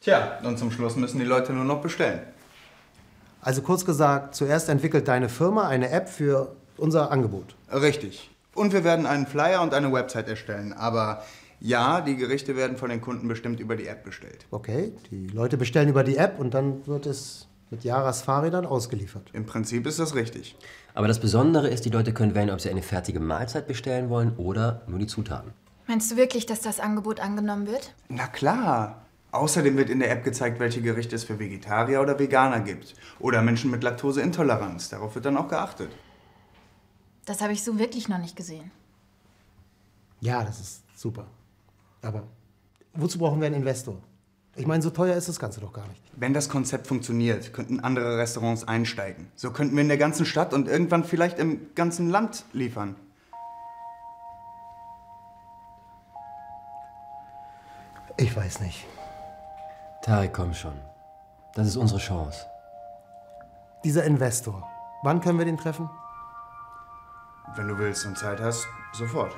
Tja, und zum Schluss müssen die Leute nur noch bestellen. Also kurz gesagt, zuerst entwickelt deine Firma eine App für unser Angebot. Richtig. Und wir werden einen Flyer und eine Website erstellen. Aber ja, die Gerichte werden von den Kunden bestimmt über die App bestellt. Okay, die Leute bestellen über die App und dann wird es mit Yaras Fahrrädern ausgeliefert. Im Prinzip ist das richtig. Aber das Besondere ist, die Leute können wählen, ob sie eine fertige Mahlzeit bestellen wollen oder nur die Zutaten. Meinst du wirklich, dass das Angebot angenommen wird? Na klar. Außerdem wird in der App gezeigt, welche Gerichte es für Vegetarier oder Veganer gibt. Oder Menschen mit Laktoseintoleranz. Darauf wird dann auch geachtet. Das habe ich so wirklich noch nicht gesehen. Ja, das ist super. Aber wozu brauchen wir einen Investor? Ich meine, so teuer ist das Ganze doch gar nicht. Wenn das Konzept funktioniert, könnten andere Restaurants einsteigen. So könnten wir in der ganzen Stadt und irgendwann vielleicht im ganzen Land liefern. Ich weiß nicht. Tarek, komm schon. Das ist unsere Chance. Dieser Investor, wann können wir den treffen? Wenn du willst und Zeit hast, sofort.